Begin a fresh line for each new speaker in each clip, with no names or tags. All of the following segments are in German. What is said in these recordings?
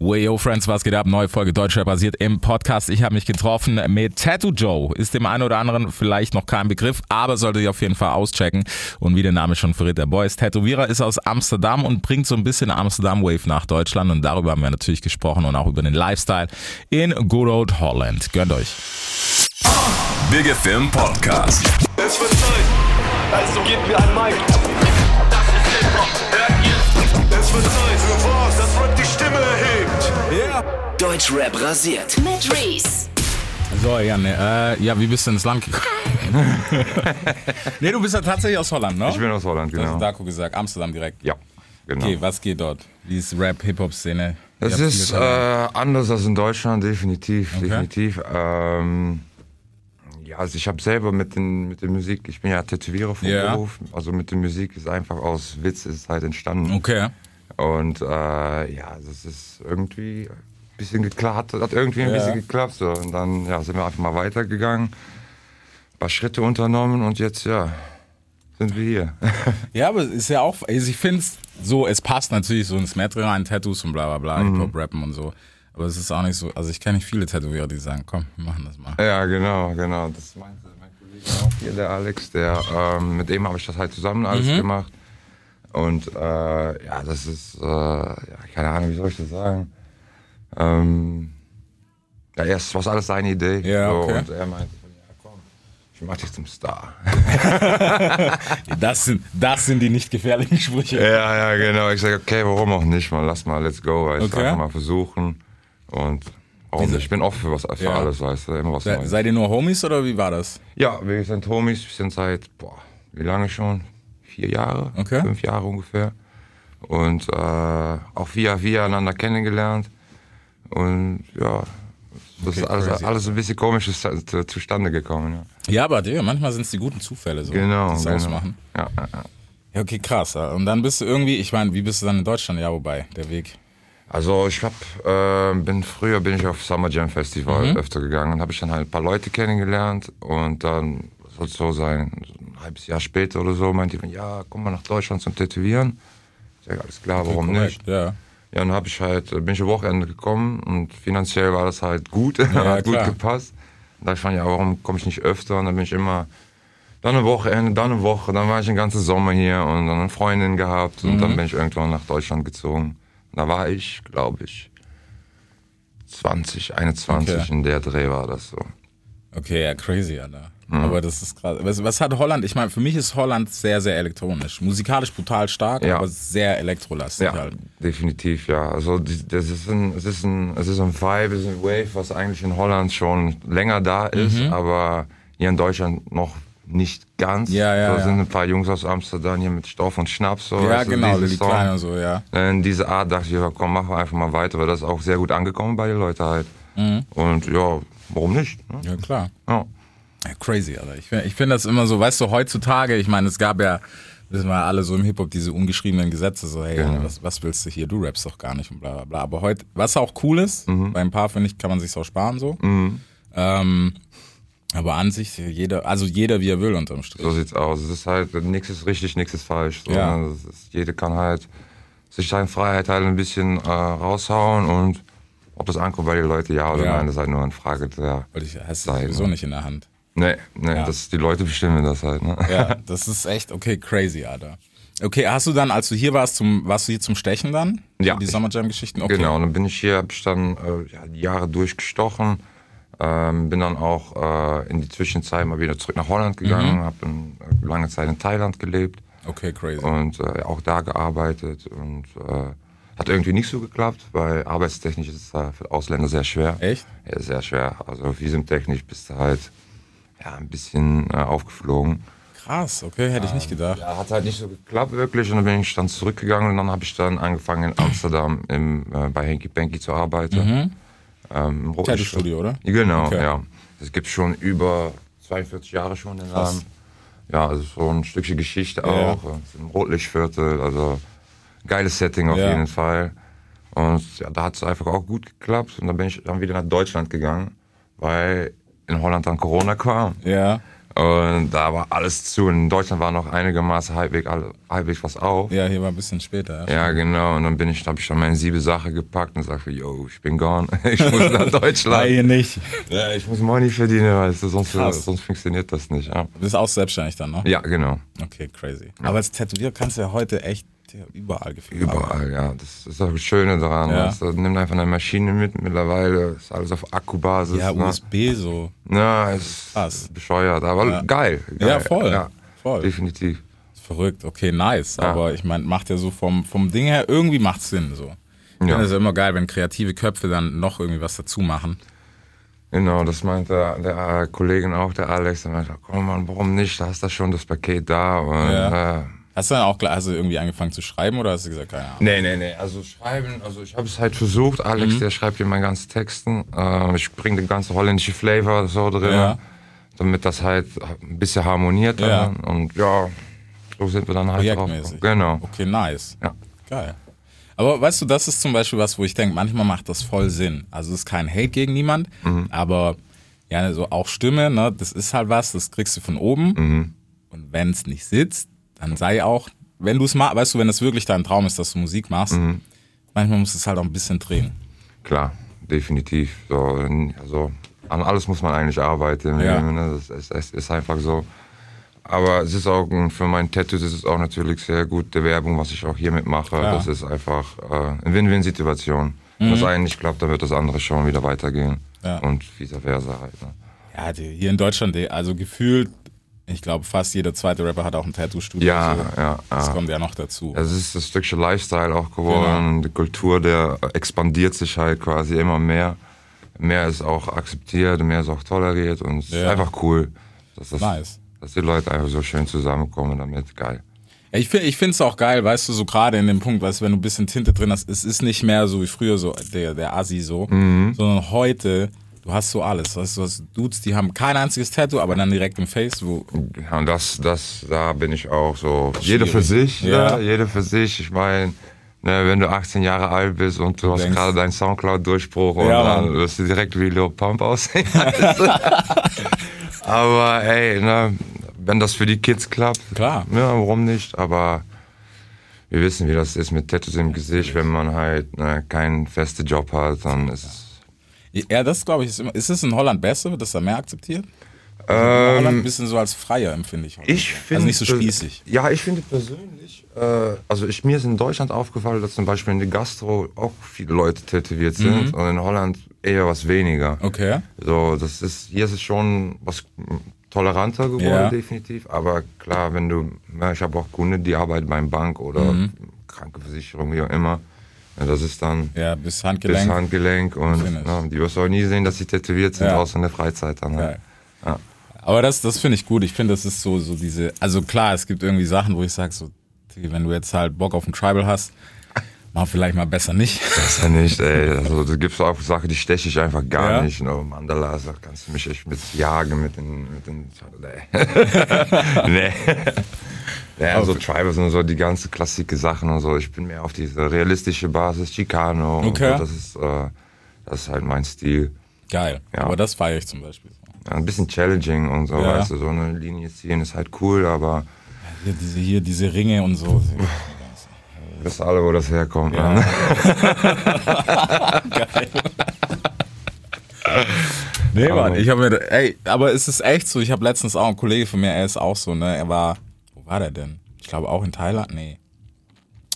Wayo Friends, was geht ab? Neue Folge Deutscher basiert im Podcast. Ich habe mich getroffen mit Tattoo Joe. Ist dem einen oder anderen vielleicht noch kein Begriff, aber solltet ihr auf jeden Fall auschecken. Und wie der Name schon verrät, der Boy ist Tätowierer, ist aus Amsterdam und bringt so ein bisschen Amsterdam Wave nach Deutschland. Und darüber haben wir natürlich gesprochen und auch über den Lifestyle in Good Old Holland. Gönnt euch.
Big FM Podcast.
Es wird Zeit. Also gebt mir ein Mic. Das ist Hip-Hop. Hört ihr? Es wird Zeit für was? Das Rap die Stimme erhebt.
Deutschrap rasiert.
Mit Reese.
So, Jan, äh, ja, wie bist du ins Land gekommen? nee, du bist ja tatsächlich aus Holland, ne?
Ich bin aus Holland,
Hast du
genau.
Daku gesagt, Amsterdam direkt.
Ja, genau.
Okay, was geht dort? Wie ist Rap, Hip-Hop-Szene?
Es
Ihr habt
ist äh,
viele Talente.
anders als in Deutschland, definitiv, definitiv. Ähm, ja, also ich habe selber mit, den, mit der Musik, ich bin ja Tätowierer von
Ja.
Beruf, also mit der Musik ist einfach aus Witz ist es halt entstanden.
okay.
Und äh, ja, das ist irgendwie ein bisschen geklappt, hat, hat irgendwie ein
Ja.
bisschen geklappt. So. Und dann ja, sind wir einfach mal weitergegangen, ein paar Schritte unternommen und jetzt, ja, sind wir hier.
Ja, aber es ist ja auch, also ich finde es so, es passt natürlich so ins Metri rein, Tattoos und bla bla bla,
Mhm.
Hip-Hop-Rappen und so. Aber es ist auch nicht so, also ich kenne nicht viele Tätowierer, die sagen, komm, wir machen das mal.
Ja, genau, genau. Das meinte mein Kollege auch hier, der Alex. Der, ähm, mit dem habe ich das halt zusammen alles
Mhm.
gemacht. Und äh, ja, das ist, äh, ja, keine Ahnung, wie soll ich das sagen? Ähm, ja, erst war alles seine Idee.
Ja,
so,
okay.
Und er meinte, von, ja, komm, ich mach dich zum Star.
Das sind, das sind die nicht gefährlichen Sprüche.
ja, ja, genau. Ich sage, okay, warum auch nicht, man, lass mal, let's go. Weißt du,
Okay.
einfach mal versuchen. Und warum nicht? Ich bin offen für, was, für
Ja.
alles, weißt du, immer was
Se,
Neues.
seid ihr nur Homies oder wie war das?
Ja, wir sind Homies, wir sind seit, boah, wie lange schon? Vier Jahre,
Okay.
fünf Jahre ungefähr. Und äh, auch wir, wir einander kennengelernt. Und ja, das ist
Okay,
alles,
crazy.
alles ein bisschen komisch ist, äh, zu- zustande gekommen. Ja.
Ja, aber ja, manchmal sind es die guten Zufälle, so,
Genau,
die es
genau.
ausmachen.
Ja, ja, ja.
Ja, okay, krass. ja. Und dann bist du irgendwie, ich meine, wie bist du dann in Deutschland? Ja, wobei, der Weg.
Also ich hab, äh, bin früher bin ich auf Summer Jam Festival
Mhm.
öfter gegangen und habe ich dann halt ein paar Leute kennengelernt und dann soll so sein, so ein halbes Jahr später oder so, meinte ich, ja, komm mal nach Deutschland zum Tätowieren. Ich sag, alles klar, warum nicht?
Ja.
Ja, dann hab ich halt, bin ich am Wochenende gekommen und finanziell war das halt gut,
Ja,
hat gut
klar.
gepasst. Da dachte ich mir, ja, warum komme ich nicht öfter? Und dann bin ich immer, dann ein Wochenende, dann eine Woche, dann war ich den ganzen Sommer hier und dann eine Freundin gehabt und
Mhm.
dann bin ich irgendwann nach Deutschland gezogen. Da war ich, glaube ich, 20, 21
Okay.
in der Dreh war das so.
Okay, ja, crazy, Alter.
Mhm.
Aber das ist krass. Was, was hat Holland? Ich meine, für mich ist Holland sehr, sehr elektronisch. Musikalisch brutal stark,
Ja.
aber sehr elektrolastig
Ja,
halt.
definitiv, ja. Also die- das ist ein, es ist ein, es ist ein Vibe, es ist ein Wave, was eigentlich in Holland schon länger da ist,
Mhm.
aber hier in Deutschland noch nicht ganz.
Ja, ja,
Da
ja.
sind ein paar Jungs aus Amsterdam hier mit Stoff und Schnaps. So,
Ja,
weißt du,
genau,
diesen
die
Song.
Kleine und so, ja.
Äh, In diese Art dachte ich, ja, komm, machen wir einfach mal weiter, weil das ist auch sehr gut angekommen bei den Leuten halt.
Mhm.
Und ja, warum nicht? Ne?
Ja, klar.
Ja.
Ja, crazy, Alter. Ich, find- ich finde das immer so, weißt du, heutzutage, ich meine, es gab ja, wissen wir alle so im Hip-Hop, diese ungeschriebenen Gesetze, so, hey,
Genau.
Alter, was, was willst du hier? Du rappst doch gar nicht und bla bla bla. Aber heute, was auch cool ist,
Mhm.
bei ein paar, finde ich, kann man sich's auch sparen so. Ähm, aber an sich, jeder, also jeder wie er will unterm Strich.
So sieht's aus. Es ist halt, nichts ist richtig, nichts ist falsch. So,
Ja.
ne? das ist, jede kann halt sich seine Freiheit halt ein bisschen äh, raushauen und ob das ankommt bei den Leuten, ja oder
Ja.
nein, das ist halt nur eine Frage der.
Weil ich hast
Sei,
sowieso
ne?
nicht in der Hand.
Nee, nee,
Ja.
das, die Leute bestimmen das halt. Ne?
Ja, das ist echt, okay, crazy, Alter. Okay, hast du dann, als du hier warst, zum, warst du hier zum Stechen dann?
Ja.
Für Die Summer Jam-Geschichten? Okay.
Genau, und dann bin ich hier, hab ich dann äh, ja, die Jahre durchgestochen, ähm, bin dann auch äh, in die Zwischenzeit mal wieder zurück nach Holland gegangen,
Mhm.
hab dann äh, lange Zeit in Thailand gelebt.
Okay, crazy.
und äh, auch da gearbeitet und äh, hat irgendwie nicht so geklappt, weil arbeitstechnisch ist es da für Ausländer sehr schwer.
Echt?
Ja, sehr schwer. Also visumtechnisch bist du halt ja, ein bisschen äh, aufgeflogen.
Krass, okay, hätte ich nicht gedacht.
Ja, hat halt nicht so geklappt wirklich und dann bin ich dann zurückgegangen und dann habe ich dann angefangen in Amsterdam im, äh, bei Henky Panky zu arbeiten. Ähm, im Roten
Tattoo-Studio, oder?
Genau,
Okay.
ja. Das gibt schon über 42 Jahre schon den
Krass.
Laden. Ja, also so ein Stückchen Geschichte auch. Und Im Rotlichtviertel, also geiles Setting auf
Ja.
jeden Fall. Und ja, da hat es einfach auch gut geklappt. Und dann bin ich dann wieder nach Deutschland gegangen, weil in Holland dann Corona kam.
Ja.
Und da war alles zu. In Deutschland war noch einigermaßen halbwegs, halbwegs was auf.
Ja, hier war ein bisschen später.
Ja, genau. Und dann bin ich, habe ich dann meine sieben Sache gepackt und sagte, yo, ich bin gone. Ich muss nach Deutschland.
hier nicht.
ja, ich muss Money verdienen, weißt du, sonst, äh,
Krass.
sonst funktioniert das nicht. Ja,
Du bist auch selbstständig dann, ne?
ja genau.
Okay, crazy. Aber als Tätowierer kannst du ja heute echt überall gefühlt arbeiten.
Überall, ja. Das ist auch das Schöne daran.
Ja.
Weißt du, nimm einfach eine Maschine mit. Mittlerweile ist alles auf Akkubasis.
Ja,
ne?
USB so.
Ja, es
Krass.
ist bescheuert, aber geil, geil.
Ja, voll, voll.
Definitiv.
Verrückt, okay, nice. Aber ich meine, macht ja so vom, vom Ding her, irgendwie macht Sinn so. Ich
Ja.
finde es ja immer geil, wenn kreative Köpfe dann noch irgendwie was dazu machen.
Genau, das meint der, der äh, Kollegen auch, der Alex. Der meinte, komm Mann, warum nicht? Da hast du schon das Paket da. Und,
Ja.
äh,
Hast du dann auch gleich- hast du irgendwie angefangen zu schreiben oder hast du gesagt, keine Ahnung?
nee, nee, nee. Also schreiben, also ich habe es halt versucht.
Mhm.
Alex, der schreibt hier meine ganzen Texten. Äh, ich bringe den ganzen holländischen Flavor so drin,
Ja.
damit das halt ein bisschen harmoniert.
Ja.
Dann. Und ja, so sind wir dann halt drauf.
Projektmäßig.
Genau.
Okay, nice.
Ja.
Geil. Aber weißt du, das ist zum Beispiel was, wo ich denke, manchmal macht das voll Sinn. Also es ist kein Hate gegen niemand,
Mhm.
aber ja, so auch Stimme, ne, das ist halt was, das kriegst du von oben.
Mhm.
Und wenn es nicht sitzt, dann sei auch, wenn du es machst, weißt du, wenn es wirklich dein Traum ist, dass du Musik machst,
Mhm.
manchmal musst du es halt auch ein bisschen drehen.
Klar, definitiv. So, n- also an alles muss man eigentlich arbeiten. im
Ja.
Leben, ne? das, es, es ist einfach so. Aber es ist auch ein- für mein Tattoo, das ist auch natürlich sehr gute Werbung, was ich auch hiermit mache.
Klar. Mhm.
Das ist einfach äh, eine Win-Win-Situation. Wenn das eine nicht klappt, dann wird das andere schon wieder weitergehen.
Ja.
Und vice versa halt. Ne?
Ja, die, hier in Deutschland, die, also gefühlt, ich glaube, fast jeder zweite Rapper hat auch ein Tattoo-Studio.
Ja,
so.
ja, Also
Das
ja.
kommt ja noch dazu.
Es ist das türkische Lifestyle auch
Genau.
geworden. Die Kultur, der expandiert sich halt quasi immer mehr. Mehr ist auch akzeptiert, mehr ist auch toleriert und es ist
Ja.
einfach cool, dass, das,
Nice.
dass die Leute einfach so schön zusammenkommen damit. Geil.
Ja, ich finde ich find's auch geil, weißt du, so gerade in dem Punkt, weißt du, wenn du ein bisschen Tinte drin hast, es ist nicht mehr so wie früher so der, der Assi so, sondern heute, du hast so alles, weißt du, du hast Dudes, die haben kein einziges Tattoo, aber dann direkt im Face, wo,
Ja, und das, das, da bin ich auch so. Jede für sich,
Ja.
ja. jede für sich. Ich meine, ne, wenn du 18 Jahre alt bist und du hast
denkst-
gerade deinen Soundcloud-Durchbruch und
Ja,
dann
Mann.
wirst du direkt wie Leo Pump aussehen. Aber ey, ne, wenn das für die Kids klappt,
Klar.
Ja, warum nicht? Aber wir wissen, wie das ist mit Tattoos im Gesicht, wenn man halt ne, keinen festen Job hat, dann ist es
ja, das glaube ich, ist immer, ist es in Holland besser, wird das da mehr akzeptiert? Ähm, Holland ein bisschen so als freier empfinde ich. Holland.
Ich finde.
also nicht so spießig.
Ja, ich finde persönlich, äh, also ich, mir ist in Deutschland aufgefallen, dass zum Beispiel in der Gastro auch viele Leute tätowiert sind und in Holland eher was weniger.
Mhm. Okay.
So, das ist, hier ist es schon was mm, toleranter geworden,
Ja.
definitiv. Aber klar, wenn du, ja, ich habe auch Kunden, die arbeiten beim Bank oder
Mhm.
Krankenversicherung, wie auch immer. Ja, das ist dann
Ja, bis
das
Handgelenk.
Handgelenk und
Finish.
ja, die wirst du auch nie sehen, dass sie tätowiert sind,
Ja.
außer in der Freizeit dann.
Geil.
Halt.
Aber das, das finde ich gut. Ich finde, das ist so, so diese. Also klar, es gibt irgendwie Sachen, wo ich sage, so, Digga, wenn du jetzt halt Bock auf ein Tribal hast, mach vielleicht mal besser nicht.
Ja, nicht, ey. Also, da gibt's auch Sachen, die steche ich einfach gar
Ja?
nicht. No, Mandala, da kannst du mich echt mit jagen, mit den. Mit den nee. nee. Ja, so Tribals und so, die ganze klassische Sachen und so. Ich bin mehr auf diese realistische Basis, Chicano. und
Okay.
So. Das, ist, äh, das ist halt mein Stil.
Geil.
Ja.
Aber das feiere ich zum Beispiel.
Ja, ein bisschen challenging und so,
Ja.
weißt du. So eine Linie ziehen ist halt cool, aber
Hier diese, hier, diese Ringe und so.
wir wissen alle, wo das herkommt.
Ja.
Ne?
Nee, Mann, ich habe mir, ey, aber es ist echt so, ich habe letztens auch einen Kollege von mir, er ist auch so, ne, er war, wo war der denn? Ich glaube auch in Thailand, nee.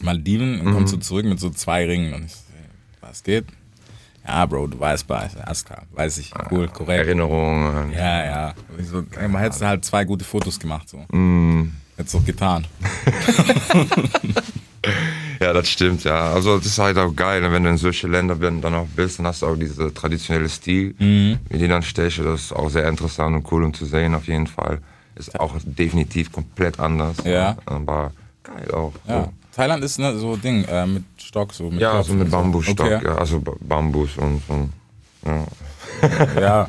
Maldiven und kommt so zurück mit so zwei Ringen und ich, so, ey, was geht? Ja, Bro, du weißt, bei- alles klar, weiß ich, cool, korrekt.
Erinnerungen.
Ja, ja. Und ich so, ey, man hätte halt zwei gute Fotos gemacht, so. Hättest doch getan.
Ja, das stimmt, ja. Also das ist halt auch geil, wenn du in solche Länder bin- dann auch bist, dann hast du auch diese traditionelle Stil,
Mhm.
wie die dann stechen. Das ist auch sehr interessant und cool, um zu sehen, auf jeden Fall. Ist auch definitiv komplett anders.
Ja.
Aber geil auch.
Ja.
So.
Thailand ist ne, so Ding, äh, mit Stock, so mit
Ja,
Kopf
so mit
und
Bambusstock,
Okay.
ja, also Ba- Bambus und so. Ja.
Ja,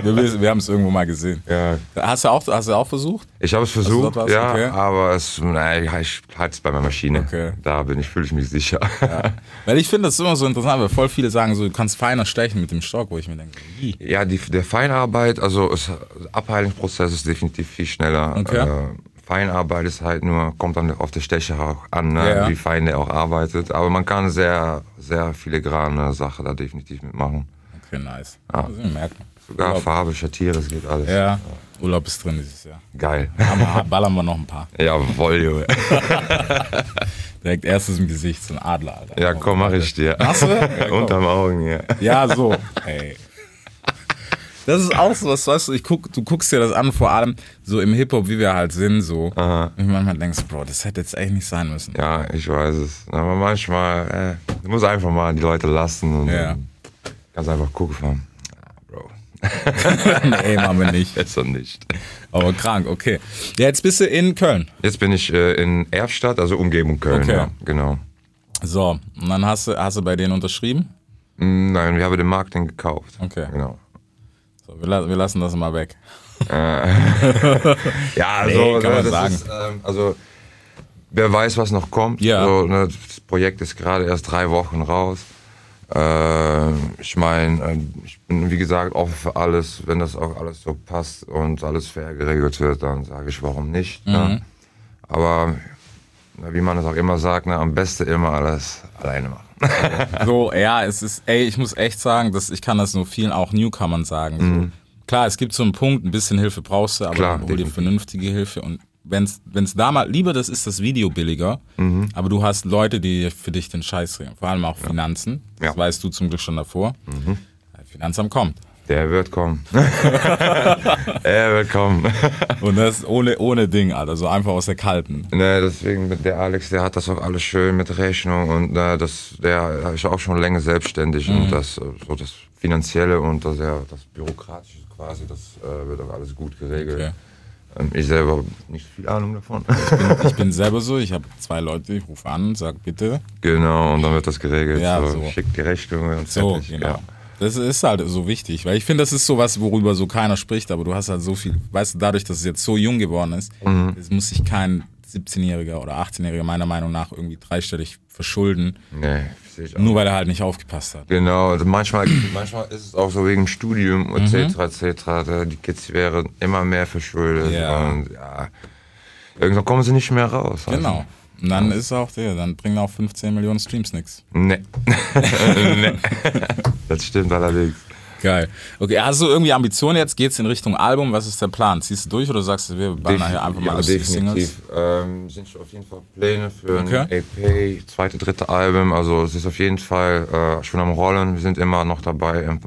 wir, wissen- wir haben es irgendwo mal gesehen.
Ja.
Hast, du auch, hast du auch versucht?
Ich habe es
Also,
versucht,
das war's,
ja,
okay.
aber es, naja, ich halte es bei meiner Maschine.
Okay.
Da bin ich, fühle ich mich sicher. Ja.
Weil ich finde das immer so interessant, weil voll viele sagen so, du kannst feiner stechen mit dem Stock, wo ich mir denke, wie?
die, der Feinarbeit, also es, der Abheilungsprozess ist definitiv viel schneller.
Okay.
Äh, Feinarbeit ist halt nur, kommt dann auf der Stecher auch an, ne?
Ja.
wie fein der auch arbeitet. Aber man kann sehr, sehr filigrane Sache da definitiv mitmachen.
Okay, nice. Also, merkt man.
Ah. Sogar
Urlaub,
Farbe, Schattiere, es geht alles.
ja, Urlaub ist drin dieses Jahr.
Geil.
Hammer, ballern wir noch ein paar.
Jawohl, Junge.
Direkt erstes im Gesicht, so ein Adler, Alter.
Ja, komm, mach ich dir.
Hast du? Ja, komm.
Unterm Augen, ja.
Ja, so. Ey. Das ist auch so was, weißt du, ich guck, du guckst dir das an, vor allem so im Hip-Hop, wie wir halt sind, so. Und manchmal denkst du, Bro, das hätte jetzt eigentlich nicht sein müssen.
Ja, ich weiß es. Aber manchmal, äh, du musst einfach mal die Leute lassen und
Ja.
dann kannst einfach gucken. fahren. Ja, Bro,
nee, machen wir nicht.
jetzt doch nicht.
Aber krank, okay. Ja, jetzt bist du in Köln.
Jetzt bin ich äh, in Erfstadt, also Umgebung Köln.
Okay.
Ja, genau.
So, und dann hast du, hast du bei denen unterschrieben.
Mm, Nein, wir haben den Markt denn gekauft.
Okay.
Genau.
So, wir, la wir lassen das mal weg.
Ja,
Nee,
so,
kann
ne,
man
das Ist, ähm, also, wer weiß, was noch kommt.
Ja.
So, ne, das Projekt ist gerade erst drei Wochen raus. Äh, ich meine, äh, ich bin wie gesagt offen für alles. Wenn das auch alles so passt und alles fair geregelt wird, dann sage ich, warum nicht.
Mhm.
Ne? Aber na, wie man es auch immer sagt, ne, am besten immer alles alleine machen.
So, ja, es ist, ey, ich muss echt sagen, dass ich kann das nur vielen auch Newcomern sagen. So. Klar, es gibt so einen Punkt, ein bisschen Hilfe brauchst du, aber
Mhm. Klar,
dann hol dir
definitiv.
vernünftige Hilfe. Und wenn's, wenn's da mal, lieber das ist das Video billiger, aber du hast Leute, die für dich den Scheiß regeln. Vor allem auch Finanzen. Das
Mhm. Ja. Mhm.
weißt du zum Glück schon davor. Finanzamt kommt.
Der wird kommen. er wird kommen.
Und das ohne, ohne Ding, Alter. So einfach aus der Kalten.
Ne, deswegen mit der Alex, der hat das auch alles schön mit Rechnung und ne, das, der ist auch schon länger selbstständig
Mhm.
und das, äh, so das Finanzielle und das, ja, das Bürokratische quasi, das äh, wird auch alles gut geregelt.
Okay.
Ähm, ich selber hab nicht viel Ahnung davon.
Ich bin selber so, ich habe zwei Leute, ich rufe an, sag bitte.
genau, und dann wird das geregelt.
Ja,
so,
so.
Schickt die Rechnung und
So,
fertig.
genau.
Ja.
Das ist halt so wichtig, weil ich finde, das ist so was, worüber so keiner spricht, aber du hast halt so viel, weißt du, dadurch, dass es jetzt so jung geworden ist, es muss sich kein 17-Jähriger oder 18-Jähriger meiner Meinung nach irgendwie dreistellig verschulden,
Nee, sehe ich auch.
nur weil er halt nicht aufgepasst hat.
Genau, also manchmal, manchmal ist es auch so wegen dem Studium
Mhm.
etc. etc. da Die Kids wären immer mehr verschuldet
Ja.
und ja, irgendwann kommen sie nicht mehr raus. also.
Genau. Und dann ist auch der, dann bringen auch 15 Millionen Streams nix.
Nee. nee. Das stimmt allerdings.
Geil. Okay, hast du irgendwie Ambitionen jetzt? Geht's in Richtung Album? Was ist der Plan? Ziehst du durch oder sagst du, wir ballern hier einfach mal
ja,
alles die Singles?
definitiv. Ähm, sind schon auf jeden Fall Pläne für ein
Okay.
EP, zweite, dritte Album. Also es ist auf jeden Fall äh, schon am Rollen. Wir sind immer noch dabei, ähm,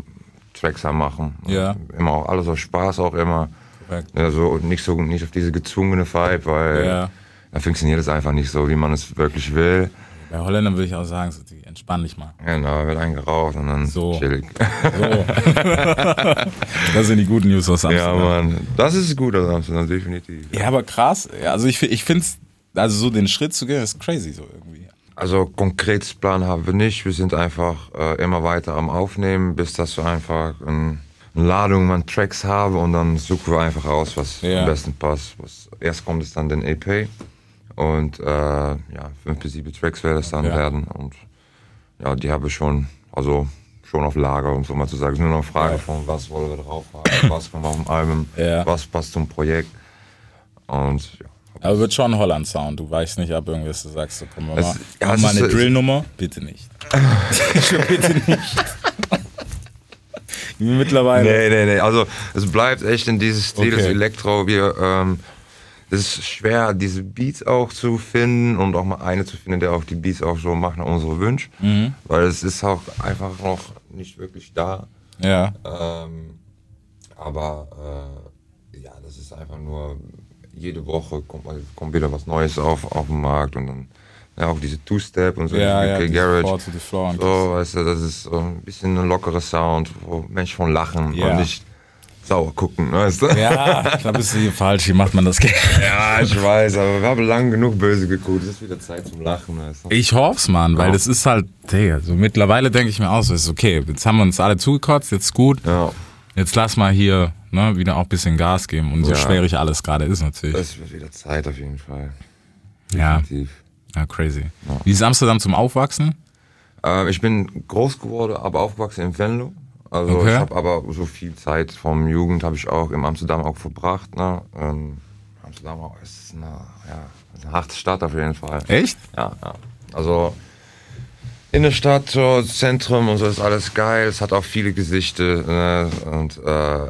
Tracks am machen.
Ja.
Immer auch alles auf Spaß auch immer.
Korrekt.
Also und nicht so nicht auf diese gezwungene Vibe, weil
Ja.
da funktioniert es einfach nicht so, wie man es wirklich will.
Bei Holländern würde ich auch sagen, so, die, entspann dich mal.
Genau, wird eingeraucht und dann
So.
chillig.
So. das sind die guten News aus
Ja,
Amsterdam.
Mann. Das ist gut aus Amsterdam, definitiv.
Ja, aber krass. Ja, Also ich, fi- ich finde es, also so den Schritt zu gehen, ist crazy so irgendwie.
Also konkretes Plan haben wir nicht. Wir sind einfach äh, immer weiter am Aufnehmen, bis dass wir einfach ein, eine Ladung an Tracks haben und dann suchen wir einfach aus, was
Ja.
am besten passt. Was, erst kommt es dann den EP und äh, ja, fünf bis sieben Tracks werden es dann
Ja.
werden und ja, die habe ich schon, also schon auf Lager, um so mal zu sagen. Es ist nur noch eine Frage von, was wollen wir drauf haben, was kommt auf dem Album,
Ja.
was passt zum Projekt und ja.
Aber wird schon Holland-Sound. Du weichst nicht ab, irgendwie, dass du sagst, so, komm, wir
Es-
mal,
ja,
mach
es
mal
ist
eine
so-
Drill-Nummer. Bitte nicht. Bitte nicht. Mittlerweile.
Nee, nee, nee. Also es bleibt echt in dieses Stil des
Okay.
Elektro. Wir, ähm, es ist schwer, diese Beats auch zu finden und auch mal eine zu finden, der auch die Beats auch so macht nach unserem Wunsch.
Mhm.
Weil es ist auch einfach noch nicht wirklich da.
Ja.
Ähm, aber äh, ja, das ist einfach nur, jede Woche kommt, mal- kommt wieder was Neues auf, auf den Markt und dann ja, auch diese Two-Step und so,
Ja,
diese
ja,
UK
diese
Garage.
Floor to the floor und
so, weißt du, das ist so ein bisschen ein lockerer Sound, wo Menschen von lachen
Ja.
und nicht sauer gucken, weißt du?
Ja, da bist du hier falsch. Hier macht man das gerne.
Ja, ich weiß, aber wir haben lang genug böse geguckt. Es ist wieder Zeit zum Lachen, weißt du?
Ich hoff's, Mann, weil das ist halt, Digga, so mittlerweile denke ich mir auch, so ist okay, jetzt haben wir uns alle zugekotzt, jetzt ist gut,
Ja,
jetzt lass mal hier ne, wieder auch ein bisschen Gas geben und so
Ja.
schwierig alles gerade ist natürlich.
es wird wieder Zeit auf jeden Fall.
Ja,
Tief.
ja, crazy. Wie ist Amsterdam zum Aufwachsen?
Ähm, ich bin groß geworden, aber aufgewachsen in Venlo. Also
Okay.
ich habe aber so viel Zeit vom Jugend habe ich auch im Amsterdam auch verbracht. Ne? Ähm, Amsterdam auch ist eine, ja, eine harte Stadt auf jeden Fall.
Echt?
Ja, ja. Also Innenstadt, so Zentrum und so ist alles geil. Es hat auch viele Gesichter ne? und äh, ja,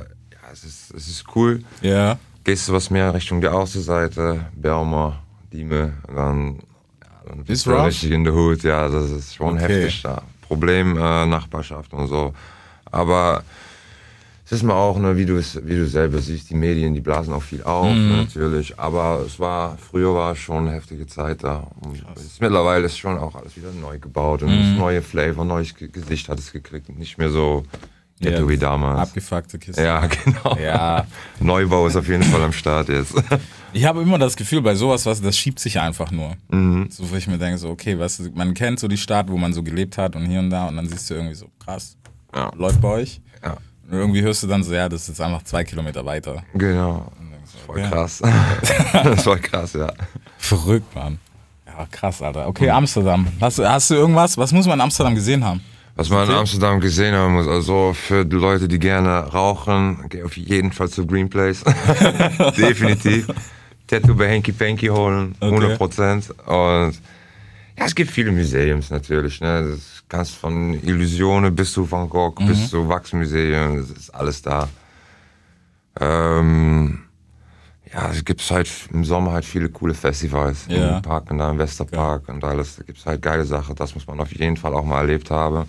es ist, es ist cool.
Ja.
Gehst du was mehr Richtung der Außenseite, Berma, Dieme, dann, ja, dann bist
Ist
du
rough?
richtig in der Hut. Ja, das ist schon
Okay.
heftig da. Problem, äh, Nachbarschaft und so. Aber es ist mal auch, ne, wie, du es, wie du selber siehst, die Medien, die blasen auch viel auf,
Mhm.
ne, natürlich. Aber es war, früher war schon eine heftige Zeit da. Und es ist, mittlerweile ist schon auch alles wieder neu gebaut und
Mhm.
das neue Flavor, neues Ge- Gesicht hat es gekriegt. Nicht mehr so ghetto wie damals.
Abgefuckte Kiste.
Ja, genau.
Ja.
Neubau ist auf jeden Fall am Start jetzt.
Ich habe immer das Gefühl, bei sowas, was, das schiebt sich einfach nur.
Mhm.
So, wo ich mir denke, so, okay, weißt du, man kennt so die Stadt, wo man so gelebt hat und hier und da und dann siehst du irgendwie so, krass,
Ja.
läuft bei euch.
Ja.
Und irgendwie hörst du dann so, ja, das ist jetzt einfach zwei Kilometer weiter.
Genau. Das war
Ja.
krass. Das war krass, ja.
Verrückt, Mann. Ja, krass, Alter.
Mhm.
Okay, Amsterdam. Hast, du- hast du irgendwas? Was muss man in Amsterdam gesehen haben?
Was man in Amsterdam gesehen haben muss, also für die Leute, die gerne rauchen, geh auf jeden Fall zu Green Place. Definitiv. Tattoo bei Hanky Panky holen,
Okay.
100 Prozent. Und ja, es gibt viele Museums natürlich. Ne? Das kannst von Illusionen bis zu Van Gogh,
Mhm.
bis zu Wachsmuseum, das ist alles da. Ähm, ja, es gibt halt im Sommer halt viele coole Festivals
Ja.
im Park und da im Westerpark und alles. Da gibt es halt geile Sachen. Das muss man auf jeden Fall auch mal erlebt haben.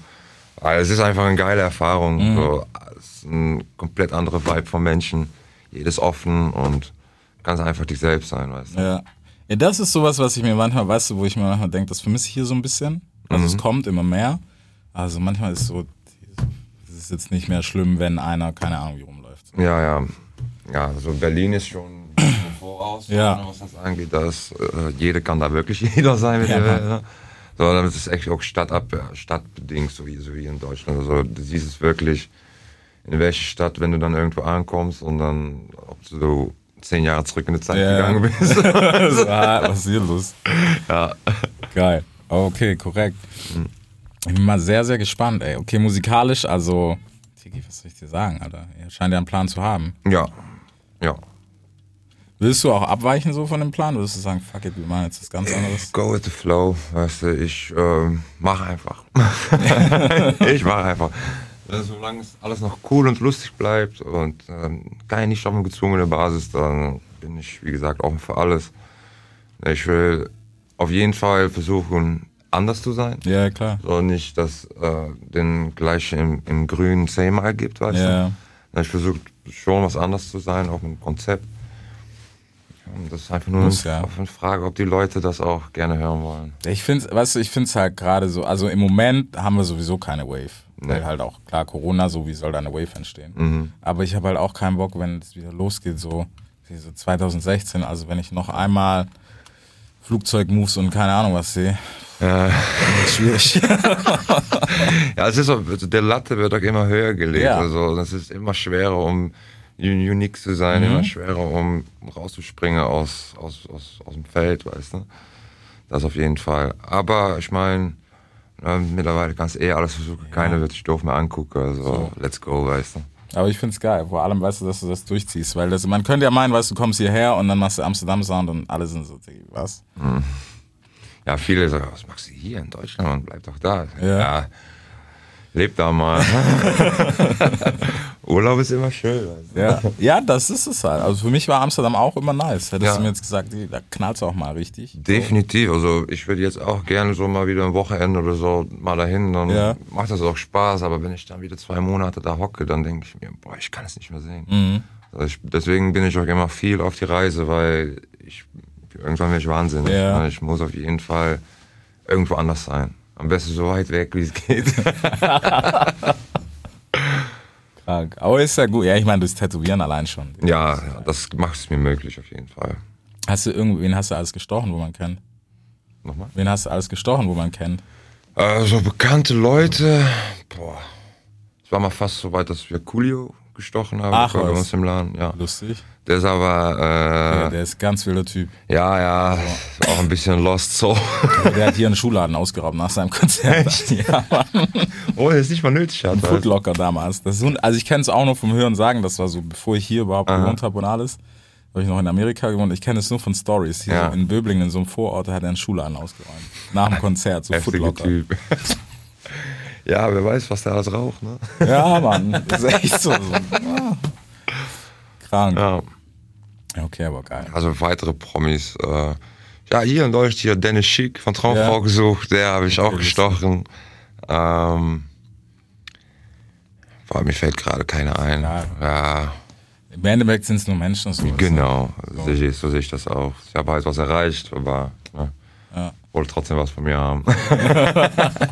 Weil es ist einfach eine geile Erfahrung. So, es ist ein komplett anderer Vibe von Menschen. Jedes offen und kannst einfach dich selbst sein, weißt du.
Ja. ja. Das ist sowas, was ich mir manchmal, weißt du, wo ich mir manchmal denke, das vermisse ich hier so ein bisschen. Also es kommt immer mehr. Also manchmal ist so, es ist jetzt nicht mehr schlimm, wenn einer, keine Ahnung, wie rumläuft.
Ja, ja. Ja, also Berlin ist schon im voraus,
Ja.
ne, was das angeht. Dass, äh, jeder kann da wirklich jeder sein, wenn
Ja.
er will. Ne? So, damit ist es echt auch stadtab, stadtbedingt, so wie, so wie in Deutschland. Also, du siehst es wirklich, in welche Stadt, wenn du dann irgendwo ankommst und dann, ob du zehn Jahre zurück in die Zeit
Ja.
gegangen bist.
Also, ah, was ist hier los? Ja. Geil. Okay, korrekt. Ich bin mal sehr, sehr gespannt, ey. Okay, musikalisch, also, Tiki, was soll ich dir sagen, Alter? Ihr scheint ja einen Plan zu haben.
ja. Ja.
Willst du auch abweichen so von dem Plan? Oder willst du sagen, fuck it, wir machen jetzt was ganz anderes?
Go with the flow, weißt du, ich ähm, mach einfach. ich mach einfach. Äh, Solange es alles noch cool und lustig bleibt und ähm, gar nicht auf eine gezwungene Basis, dann bin ich, wie gesagt, offen für alles. Ich will auf jeden Fall versuchen, anders zu sein.
Ja, klar.
So nicht, dass äh, den gleichen im, im grünen Thema gibt, weißt
Ja.
du. Ich versuche schon was anderes zu sein, auch mit dem Konzept. Und Das ist einfach nur
Muss,
eine,
ja.
auf eine Frage, ob die Leute das auch gerne hören wollen.
Ich finde, weißt du, ich finde es halt gerade so, also im Moment haben wir sowieso keine Wave. Weil halt auch, klar, Corona, so wie soll da eine Wave entstehen? Aber ich habe halt auch keinen Bock, wenn es wieder losgeht, so wie so 2016, also wenn ich noch einmal Flugzeugmoves und keine Ahnung was sehe. Schwierig.
Ja, es ist auch, der Latte wird auch immer höher gelegt.
Ja.
Also es ist immer schwerer, um un- unique zu sein,
Mhm.
immer schwerer, um rauszuspringen aus, aus, aus, aus dem Feld, weißt du? Das auf jeden Fall. Aber ich meine, mittlerweile kannst du eh alles versuchen, keiner wird sich doof mehr angucken. Also let's go, weißt du?
Aber ich finde es geil, vor allem weißt du, dass du das durchziehst, weil das, man könnte ja meinen, weißt du, kommst hierher und dann machst du Amsterdam-Sound und alle sind so, Digga, was?
Ja, viele sagen, was machst du hier in Deutschland? Man bleibt doch da.
Ja.
Leb da mal. Urlaub ist immer schön. Weißt du?
Ja. ja, das ist es halt. Also für mich war Amsterdam auch immer nice. Hättest
Ja.
du mir jetzt gesagt, nee, da knallst du auch mal richtig.
Definitiv. Also ich würde jetzt auch gerne so mal wieder ein Wochenende oder so mal dahin, dann
Ja.
macht das auch Spaß. Aber wenn ich dann wieder zwei Monate da hocke, dann denke ich mir, boah, ich kann es nicht mehr sehen.
Mhm.
Also ich, deswegen bin ich auch immer viel auf die Reise, weil ich irgendwann werde ich wahnsinnig.
Ja.
ne? Ich muss auf jeden Fall irgendwo anders sein. Am besten so weit weg, wie es geht.
Stark. Aber ist ja gut. Ja, ich meine, das Tätowieren allein schon.
Ja, ja, das macht es mir möglich auf jeden Fall.
Hast du irgendwen hast du alles gestochen, wo man kennt?
Nochmal?
Wen hast du alles gestochen, wo man kennt?
Äh, so bekannte Leute. Boah. Es war mal fast so weit, dass wir Coolio gestochen haben
Ach,
bei
was.
uns im Laden. Ja.
Lustig.
Der ist aber,
Ja, der ist ganz wilder Typ.
äh, ja, ja, auch ein bisschen lost so.
Der hat hier einen Schuhladen ausgeraubt nach seinem Konzert. Ja, Mann.
Oh, der ist nicht mal nötig hat. Halt.
Footlocker damals. Das ist so, ein- also ich kenne es auch nur vom Hören sagen, das war so, bevor ich hier überhaupt gewohnt habe und alles. Habe ich noch in Amerika gewohnt. Ich kenne es nur von Stories. Hier
Ja.
so in Böblingen, in so einem Vorort, da hat er einen Schuhladen ausgeräumt. Nach dem Konzert, so
Heftiger
Footlocker.
Typ. ja, wer weiß, was der alles raucht, ne?
Ja, Mann. Das ist echt so. so ah. Krank.
Ja.
Ja, Okay, aber geil.
Also weitere Promis. Äh, ja, hier in Deutschland, hier Dennis Schick von Traumfrau
Ja.
gesucht, der habe ich auch
lustig.
gestochen. Ähm, boah, mir fällt gerade keiner ein.
Ja.
Ja,
Im Endeffekt sind es nur Menschen. So
genau. So sehe ich, so sehe ich das auch. Ich habe halt was erreicht, aber ne, wollte trotzdem was von mir haben.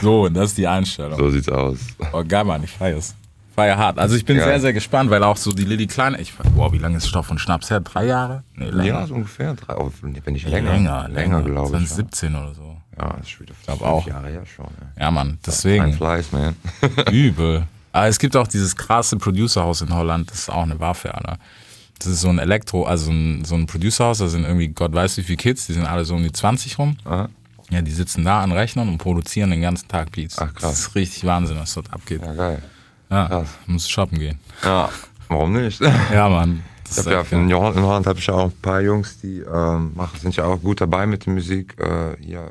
So, das ist die Einstellung.
so sieht's aus.
Oh, geil, Mann, ich feiere es. Feier hart. Also ich bin
Geil.
sehr, sehr gespannt, weil auch so die Lilly Klein, ich, wow, wie lange ist Stoff und Schnaps her? Drei Jahre? Nee, länger.
Ja, so ungefähr. Drei, oh, bin ich länger.
länger, länger,
glaube ich.
2017 oder so.
Ja, Ja, das ist schon wieder fünf
auch.
Jahre her schon. Ja.
Ja, Mann,
Ein
deswegen.
Fleiß, man.
Übel. Aber es gibt auch dieses krasse Producerhaus in Holland, das ist auch eine Waffe, Alter. Das ist so ein Elektro, also ein, so ein Producerhaus, da sind irgendwie Gott weiß wie viele Kids, die sind alle so um die 20 rum.
Aha.
Ja, die sitzen da an Rechnern und produzieren den ganzen Tag Beats.
Ach, krass.
Das ist richtig Wahnsinn, was dort abgeht.
Ja, geil.
Ja,
krass.
Ah, muss shoppen gehen.
Ja, warum nicht?
Ja, Mann. Das
Ich hab ja
echt
in Holland, in Holland habe ich ja auch ein paar Jungs, die ähm, machen, sind ja auch gut dabei mit der Musik. Äh, ja,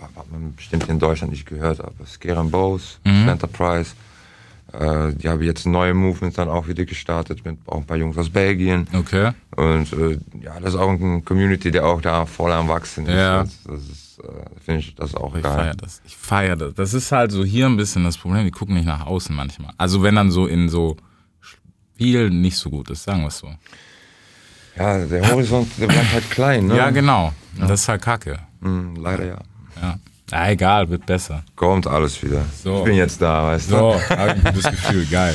hat man bestimmt in Deutschland nicht gehört, aber Scaren Bows,
Mhm.
Enterprise. Äh, die haben jetzt neue Movements dann auch wieder gestartet mit auch ein paar Jungs aus Belgien.
Okay.
Und äh, ja, das ist auch eine Community, der auch da voll am Wachsen ist.
Ja.
Das, das ist, äh, finde ich, das ist auch
Ich
geil.
feiere das. Ich feiere das. Das ist halt so hier ein bisschen das Problem. Die gucken nicht nach außen manchmal. Also wenn dann so in so Spielen nicht so gut ist, sagen wir es so.
Ja, der Horizont, der bleibt halt klein, ne?
Ja, genau. Und Das ist halt kacke.
Hm, leider ja.
Ja. Ja, egal, wird besser.
Kommt alles wieder.
So.
Ich bin jetzt da, weißt du?
So, hab ich ein gutes Gefühl, geil.